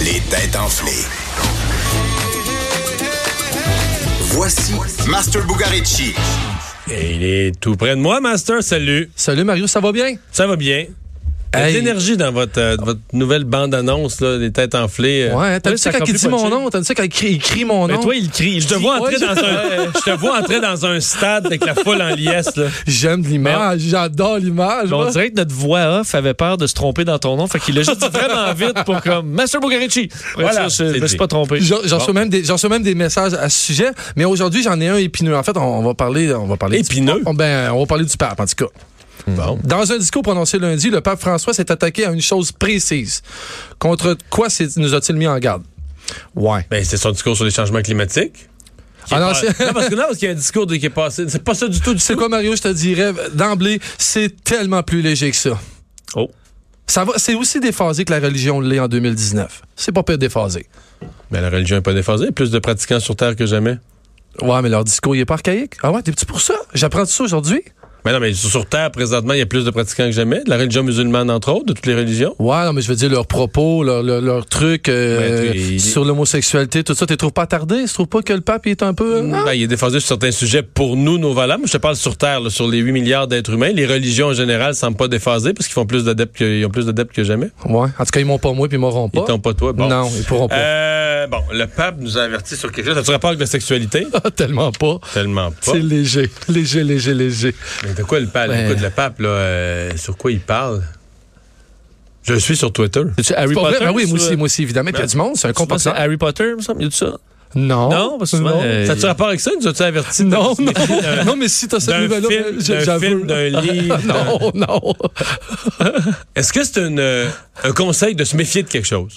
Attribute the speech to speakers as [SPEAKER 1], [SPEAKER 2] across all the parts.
[SPEAKER 1] 6.
[SPEAKER 2] Les têtes enflées. Voici Master Bugarici.
[SPEAKER 3] Et il est tout près de moi, Master. Salut.
[SPEAKER 4] Salut, Mario. Ça va bien?
[SPEAKER 3] Ça va bien. Il y a de hey. l'énergie dans votre, euh, votre nouvelle bande-annonce, les têtes enflées. euh.
[SPEAKER 4] Ouais, t'as vu ça quand il dit mon nom? T'as vu ça quand il crie, il crie mon nom?
[SPEAKER 3] Mais toi, il crie. Il je, te vois entrer ouais, dans je... un, je te vois entrer dans un stade avec la foule en liesse.
[SPEAKER 4] J'aime l'image, j'adore l'image.
[SPEAKER 5] On dirait que notre voix off avait peur de se tromper dans ton nom, fait qu'il l'a juste dit vraiment vite pour comme Master Bugarici. Voilà, ça, je me suis pas trompé.
[SPEAKER 4] J'en bon. reçois même, même, des messages à ce sujet, mais aujourd'hui, j'en ai un épineux. En fait, on, on va parler. On va parler
[SPEAKER 3] épineux?
[SPEAKER 4] Du, ben, on va parler du pape, en tout cas. Bon. Dans un discours prononcé lundi, le pape François s'est attaqué à une chose précise. Contre quoi nous a-t-il mis en garde?
[SPEAKER 3] Ouais. Ben, c'est son discours sur les changements climatiques. Ah non, pas... non, parce que non, parce qu'il y a un discours de... qui est passé. C'est pas ça du tout. Du
[SPEAKER 4] c'est quoi, Mario? Je te dirais, d'emblée, c'est tellement plus léger que ça.
[SPEAKER 3] Oh.
[SPEAKER 4] Ça va, c'est aussi déphasé que la religion l'est en 2019. C'est pas pire déphasé.
[SPEAKER 3] Mais ben, la religion n'est pas déphasée. Plus de pratiquants sur Terre que jamais.
[SPEAKER 4] Ouais, mais leur discours, il est pas archaïque. Ah ouais, t'es-tu pour ça? J'apprends tout ça aujourd'hui?
[SPEAKER 3] Mais Ben non, mais sur Terre, présentement, il y a plus de pratiquants que jamais. De la religion musulmane, entre autres, de toutes les religions.
[SPEAKER 4] Ouais, non, mais je veux dire, leurs propos, leurs leur, leur trucs euh, ouais, es... sur l'homosexualité, tout ça, tu trouves pas tardé? Tu trouves pas que le pape il est un peu. hein?
[SPEAKER 3] Non? Ben, il est défendu sur certains sujets pour nous, nos valables. Je te parle sur Terre, là, sur les 8 milliards d'êtres humains. Les religions, en général, semblent pas déphasées parce qu'ils font plus d'adeptes qu'ils ont plus d'adeptes que jamais.
[SPEAKER 4] Ouais. En tout cas, ils m'ont pas moi, puis ils m'auront pas.
[SPEAKER 3] Ils t'ont pas toi, bon.
[SPEAKER 4] Non, ils pourront pas.
[SPEAKER 3] Euh, bon, le pape nous a averti sur quelque chose. Ça tu rapport avec la sexualité?
[SPEAKER 4] Ah, Tellement pas.
[SPEAKER 3] Tellement pas.
[SPEAKER 4] C'est léger. Léger, léger, léger.
[SPEAKER 3] Mais de quoi il parle? Ouais. Écoute, le pape, là, euh, sur quoi il parle? Je suis sur Twitter.
[SPEAKER 4] C'est Harry Potter? Ben oui, moi aussi, moi aussi, évidemment. Il y a du monde, c'est un comportement.
[SPEAKER 5] C'est Harry Potter, il me semble, il y a de ça.
[SPEAKER 4] Non.
[SPEAKER 5] Non, parce que souvent,
[SPEAKER 3] non. Euh, ça a-tu rapport avec ça? Nous as-tu averti?
[SPEAKER 4] Non, non, non, mais si t'as cette nouvelle-là,
[SPEAKER 3] j'avoue. D'un livre.
[SPEAKER 4] non, non.
[SPEAKER 3] Est-ce que c'est euh, un conseil de se méfier de quelque chose?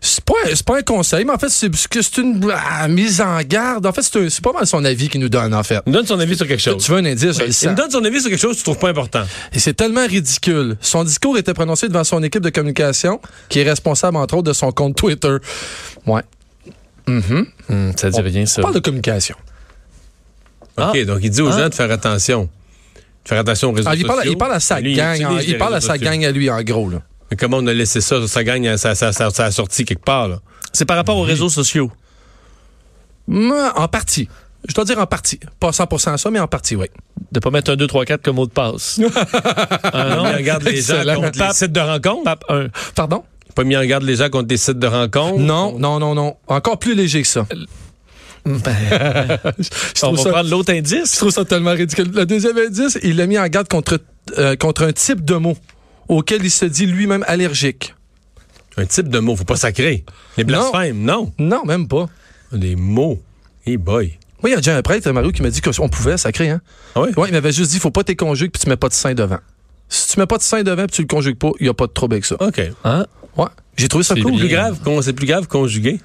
[SPEAKER 4] C'est pas, pas un conseil, mais en fait, c'est une ah, mise en garde. En fait, c'est pas mal son avis qu'il nous donne, en fait.
[SPEAKER 3] Il nous donne son avis sur quelque chose.
[SPEAKER 4] Tu, tu veux un indice, oui.
[SPEAKER 3] Il nous donne son avis sur quelque chose que tu trouves pas important.
[SPEAKER 4] Et c'est tellement ridicule. Son discours était prononcé devant son équipe de communication, qui est responsable, entre autres, de son compte Twitter. Ouais.
[SPEAKER 5] Mm -hmm. mm, ça dit
[SPEAKER 4] on,
[SPEAKER 5] rien, ça.
[SPEAKER 4] On parle de communication.
[SPEAKER 3] Ah. OK, donc il dit aux ah. gens de faire attention. De faire attention aux réseaux
[SPEAKER 4] Ah, il parle,
[SPEAKER 3] sociaux.
[SPEAKER 4] il parle à sa lui, gang. hein. Il, il parle à sa sociaux. gang à lui, en gros, là.
[SPEAKER 3] Mais comment on a laissé ça? Ça gagne, ça, ça, ça, ça a sorti quelque part.
[SPEAKER 5] C'est par rapport mmh. aux réseaux sociaux?
[SPEAKER 4] Mmh, en partie. Je dois dire en partie. Pas 100 ça, mais en partie, oui.
[SPEAKER 5] De pas mettre un 2, 3, 4 comme mot de passe.
[SPEAKER 3] ah non, regarde les Excellent. gens contre Pape, les sites de rencontre.
[SPEAKER 5] Pape 1.
[SPEAKER 4] Pardon?
[SPEAKER 3] Pas mis en garde les gens contre des sites de rencontre.
[SPEAKER 4] Non, non, non, non. Encore plus léger que ça.
[SPEAKER 5] Ben, on va
[SPEAKER 4] ça,
[SPEAKER 5] prendre l'autre indice.
[SPEAKER 4] Je trouve ça tellement ridicule. Le deuxième indice, il l'a mis en garde contre, euh, contre un type de mot auquel il se dit lui-même allergique.
[SPEAKER 3] Un type de mot, faut pas sacrer. Les blasphèmes, non.
[SPEAKER 4] non. Non, même pas.
[SPEAKER 3] Des mots. Hey boy.
[SPEAKER 4] Oui, il y a déjà un prêtre, Mario, qui m'a dit qu'on pouvait sacrer, hein?
[SPEAKER 3] Ah oui?
[SPEAKER 4] Ouais, il m'avait juste dit, faut pas tes conjugues puis tu mets pas de sein devant. Si tu mets pas de sein devant puis tu le conjugues pas, il y a pas de trouble avec ça.
[SPEAKER 3] OK.
[SPEAKER 4] Hein? Ouais. J'ai trouvé ça cool.
[SPEAKER 3] C'est plus grave, c'est plus grave conjuguer.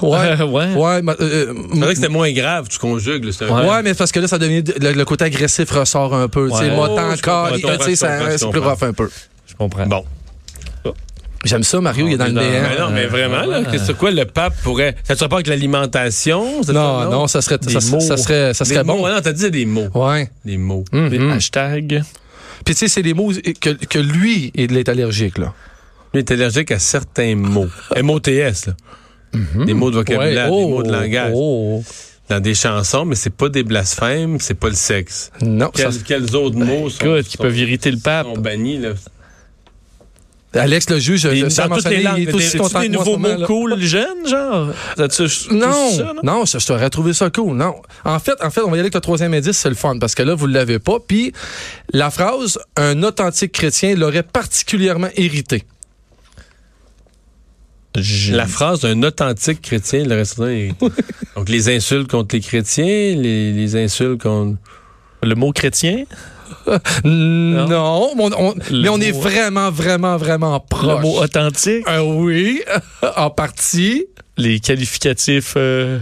[SPEAKER 4] Ouais,
[SPEAKER 5] euh, ouais.
[SPEAKER 4] ouais
[SPEAKER 3] euh, c'est vrai que c'était moins grave, tu conjugues. Là,
[SPEAKER 4] ouais. ouais. mais parce que là, ça devient. Le, le côté agressif ressort un peu. Ouais. Oh, Moi, tant encore, c'est plus rough un peu.
[SPEAKER 5] Je comprends.
[SPEAKER 3] Bon.
[SPEAKER 4] J'aime ça, Mario, on il est dans le DM.
[SPEAKER 3] Mais non, mais vraiment, là, qu'est-ce quoi le pape pourrait. Ça ne serait pas avec l'alimentation?
[SPEAKER 4] Non, non, non, ça serait, ça, ça, serait, ça serait
[SPEAKER 3] des
[SPEAKER 4] bon.
[SPEAKER 3] Mots, hein, non, t'as dit des mots.
[SPEAKER 4] Ouais. Mm-hmm.
[SPEAKER 3] Des mots.
[SPEAKER 5] Mmh. Des hashtags.
[SPEAKER 4] Puis, tu sais, c'est les mots que, que lui, il est allergique, là.
[SPEAKER 3] Lui, il est allergique à certains mots. M-O-T-S, là. Mm
[SPEAKER 4] Mm-hmm.
[SPEAKER 3] -hmm. des mots de vocabulaire, ouais. oh, des mots de langage. Oh, oh. Dans des chansons, mais c'est pas des blasphèmes, c'est pas le sexe.
[SPEAKER 4] Non.
[SPEAKER 3] Quel, ça... Quels autres
[SPEAKER 4] Ben,
[SPEAKER 3] mots sont,
[SPEAKER 5] Écoute, qui
[SPEAKER 3] sont,
[SPEAKER 5] peuvent irriter le pape?
[SPEAKER 3] sont bannis, là.
[SPEAKER 4] Mm-hmm. Alex, le juge,
[SPEAKER 5] il, dans toutes les langues, il est aussi content des nouveaux mots cool jeunes, genre?
[SPEAKER 4] non, non, je, t'aurais trouvé ça cool, non. En fait, en fait, on va y aller avec le troisième indice, c'est le fun, parce que là, vous ne l'avez pas. Puis, la phrase « un authentique chrétien l'aurait particulièrement irrité ».
[SPEAKER 3] Je... La phrase d'un authentique chrétien, le reste est... Donc, les insultes contre les chrétiens, les, les insultes contre.
[SPEAKER 5] Le mot chrétien?
[SPEAKER 4] non, non on, on, mais on mot... est vraiment, vraiment, vraiment proche.
[SPEAKER 5] Le mot authentique?
[SPEAKER 4] Euh, oui, en partie.
[SPEAKER 5] Les qualificatifs. Euh...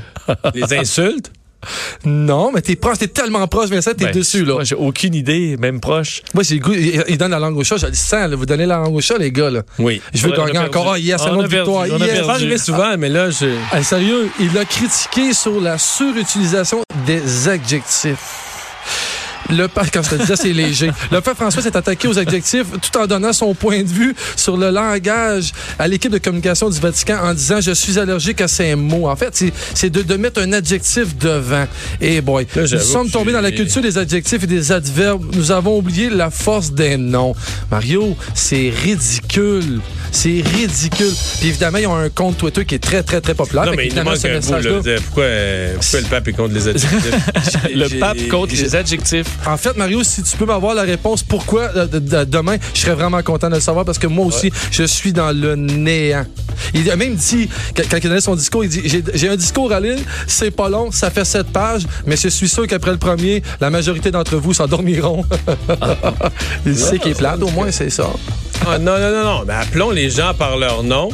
[SPEAKER 3] les insultes?
[SPEAKER 4] Ah. Non, mais t'es proche, t'es tellement proche, Vincent, t'es ben, dessus, là.
[SPEAKER 5] Moi, j'ai aucune idée, même proche.
[SPEAKER 4] Moi, j'ai goût, il, il, donne la langue au chat, je le sens, là, Vous donnez la langue au chat, les gars, là.
[SPEAKER 3] Oui.
[SPEAKER 4] Je veux gagner encore. Ah, hier, c'est notre victoire.
[SPEAKER 3] On
[SPEAKER 4] yes.
[SPEAKER 3] a perdu. souvent, ah. mais là, je.
[SPEAKER 4] Ah, sérieux, il a critiqué sur la surutilisation des adjectifs. Le pape, quand je te le disais, c'est léger. Le pape François s'est attaqué aux adjectifs tout en donnant son point de vue sur le langage à l'équipe de communication du Vatican en disant je suis allergique à ces mots. En fait, c'est- c'est de, de mettre un adjectif devant. Et boy,
[SPEAKER 3] Là,
[SPEAKER 4] nous
[SPEAKER 3] j'avoue
[SPEAKER 4] sommes
[SPEAKER 3] que
[SPEAKER 4] tombés dans la
[SPEAKER 3] j'ai-
[SPEAKER 4] culture des adjectifs et des adverbes. Nous avons oublié la force des noms. Mario, c'est ridicule. C'est ridicule. Puis évidemment, ils ont un compte Twitter qui est très, très, très populaire.
[SPEAKER 3] Non,
[SPEAKER 4] Fait
[SPEAKER 3] Ah, mais il nous
[SPEAKER 4] qu'évidemment,
[SPEAKER 3] manque
[SPEAKER 4] Ah, ce
[SPEAKER 3] un bout.
[SPEAKER 4] message-là-
[SPEAKER 3] Là, de- pourquoi, euh, pourquoi le pape est contre les adjectifs?
[SPEAKER 5] Le pape contre les adjectifs.
[SPEAKER 4] En fait, Mario, si tu peux m'avoir la réponse pourquoi euh, de- de- demain, je serais vraiment content de le savoir parce que moi aussi, je suis dans le néant. Il a même dit, quand quand il donnait son discours, il dit J'ai- J'ai un discours à l'île, c'est pas long, ça fait sept pages, mais je suis sûr qu'après le premier, la majorité d'entre vous s'endormiront. il sait qu'il est plate, au moins, c'est ça.
[SPEAKER 3] Ah, non, non, non, non. Mais appelons les gens par leur nom.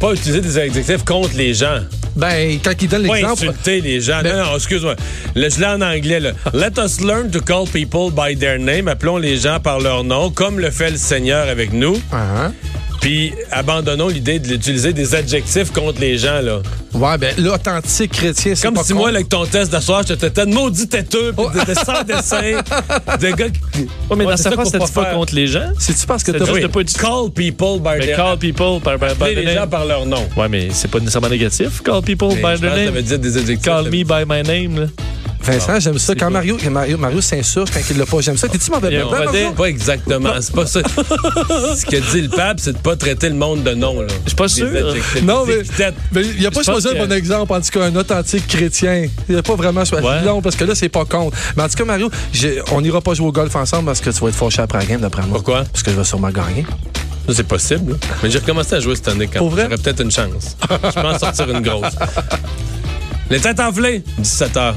[SPEAKER 3] Pas utiliser des adjectifs contre les gens.
[SPEAKER 4] Ben, quand il donne
[SPEAKER 3] Pas
[SPEAKER 4] l'exemple.
[SPEAKER 3] insulter les gens.
[SPEAKER 4] Mais- Ah.
[SPEAKER 3] Non, non, excuse-moi. Le, je l'ai en anglais. Là. Let us learn to call people by their name. Appelons les gens par leur nom, comme le fait le Seigneur avec nous.
[SPEAKER 4] Ah, hein.
[SPEAKER 3] Puis abandonnons l'idée de l'utiliser des adjectifs contre les gens. là.
[SPEAKER 4] Ouais, ben, l'authentique chrétien, c'est
[SPEAKER 3] Comme
[SPEAKER 4] pas
[SPEAKER 3] si
[SPEAKER 4] con. Oh.
[SPEAKER 3] moi, là, avec ton test de soir, je te têtais de maudit têteux, puis de, de sans dessin, de gars qui...
[SPEAKER 5] Oui,
[SPEAKER 3] Ouais,
[SPEAKER 5] mais dans
[SPEAKER 3] c'est
[SPEAKER 5] sa
[SPEAKER 3] ça
[SPEAKER 5] phrase,
[SPEAKER 3] qu'on
[SPEAKER 5] t'as-tu
[SPEAKER 3] peut
[SPEAKER 5] pas
[SPEAKER 3] faire.
[SPEAKER 5] contre les gens?
[SPEAKER 4] C'est-tu parce que
[SPEAKER 5] C'est
[SPEAKER 4] t'as
[SPEAKER 5] juste
[SPEAKER 3] Oui.
[SPEAKER 5] de pas utiliser-
[SPEAKER 3] Call people by
[SPEAKER 5] Mais
[SPEAKER 3] their
[SPEAKER 5] call people by, by, by
[SPEAKER 3] Appeler
[SPEAKER 5] their
[SPEAKER 3] les gens
[SPEAKER 5] name.
[SPEAKER 3] par leur nom.
[SPEAKER 5] Ouais, mais c'est pas nécessairement négatif. Call people
[SPEAKER 3] Mais
[SPEAKER 5] by
[SPEAKER 3] je pense
[SPEAKER 5] their
[SPEAKER 3] que t'avais
[SPEAKER 5] name.
[SPEAKER 3] dit des adjectifs.
[SPEAKER 5] Call me by my name. là.
[SPEAKER 4] Vincent, j'aime ça. Quand Mario, Mario, Mario s'insurge, quand il l'a pas, j'aime ça. T'es-tu mauvais
[SPEAKER 5] Il y a un
[SPEAKER 4] perdant, Mario?
[SPEAKER 3] C'est pas exactement. C'est pas ça. Ce que dit le pape, c'est de pas traiter le monde de nom. là.
[SPEAKER 5] Je suis pas
[SPEAKER 3] Des
[SPEAKER 5] sûr.
[SPEAKER 3] adjectifs,
[SPEAKER 4] Non,
[SPEAKER 3] des
[SPEAKER 4] mais-
[SPEAKER 3] épithètes.
[SPEAKER 4] Mais il n'a pas
[SPEAKER 5] Je pense
[SPEAKER 4] choisi un
[SPEAKER 5] que-
[SPEAKER 4] bon exemple, en tout cas, un authentique chrétien. Il n'a pas vraiment choisi.
[SPEAKER 5] Ouais.
[SPEAKER 4] Non, parce que là, c'est pas con. Mais en tout cas, Mario, j'ai- on n'ira pas jouer au golf ensemble parce que tu vas être fâché après la game, d'après moi.
[SPEAKER 3] Pourquoi?
[SPEAKER 4] Parce que je vais sûrement gagner.
[SPEAKER 3] Ça, C'est possible. là. Mais j'ai recommencé à jouer cette année quand
[SPEAKER 4] Pour vrai?
[SPEAKER 3] j'aurais peut-être une chance. Je pense sortir une grosse. Les têtes enflées, 17h.